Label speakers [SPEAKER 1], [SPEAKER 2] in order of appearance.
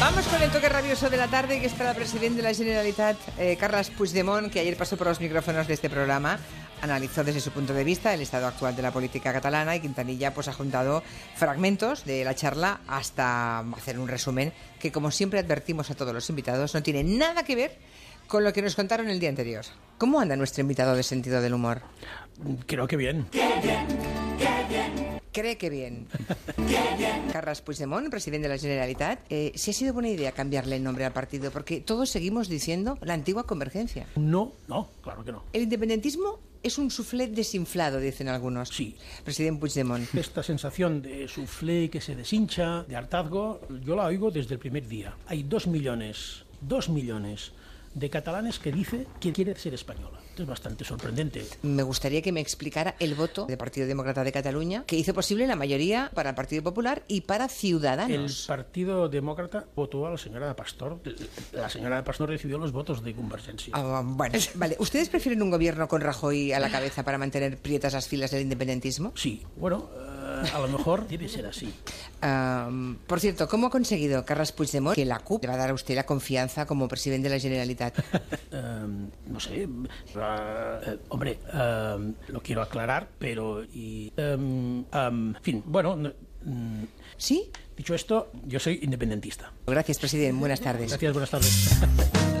[SPEAKER 1] Vamos con el toque rabioso de la tarde que está la presidenta de la Generalitat, eh, Carles Puigdemont, que ayer pasó por los micrófonos de este programa. Analizó desde su punto de vista el estado actual de la política catalana y Quintanilla pues, ha juntado fragmentos de la charla hasta hacer un resumen que, como siempre advertimos a todos los invitados, no tiene nada que ver con lo que nos contaron el día anterior. ¿Cómo anda nuestro invitado de sentido del humor?
[SPEAKER 2] Creo que bien.
[SPEAKER 1] Cree que bien. Carles Puigdemont, presidente de la Generalitat, eh, si ha sido buena idea cambiarle el nombre al partido, porque todos seguimos diciendo la antigua convergencia.
[SPEAKER 2] No, no, claro que no.
[SPEAKER 1] El independentismo es un suflet desinflado, dicen algunos.
[SPEAKER 2] Sí.
[SPEAKER 1] Presidente Puigdemont.
[SPEAKER 2] Esta sensación de suflé que se deshincha, de hartazgo, yo la oigo desde el primer día. Hay dos millones, dos millones de catalanes que dice que quiere ser española. Esto es bastante sorprendente.
[SPEAKER 1] Me gustaría que me explicara el voto del Partido Demócrata de Cataluña, que hizo posible la mayoría para el Partido Popular y para
[SPEAKER 2] El
[SPEAKER 1] Ciudadanos.
[SPEAKER 2] Partido Demócrata votó a la señora Pastor. La señora Pastor recibió los votos de Convergencia.
[SPEAKER 1] Ah, bueno, vale. ¿Ustedes prefieren un gobierno con Rajoy a la cabeza para mantener prietas las filas del independentismo?
[SPEAKER 2] Sí, bueno, eh, a lo mejor debe ser así.
[SPEAKER 1] Am, por cierto, ¿cómo ha conseguido Carles Puigdemont que la CUP le va a dar a usted la confianza como presidente de la Generalitat?
[SPEAKER 2] Eh, no sé, eh, hombre, eh, lo quiero aclarar, pero... Y, eh, am, en fin, bueno, no- mm,
[SPEAKER 1] ¿Sí?
[SPEAKER 2] dicho esto, yo soy independentista.
[SPEAKER 1] Gracias, presidente. Buenas tardes.
[SPEAKER 2] Gracias, buenas tardes.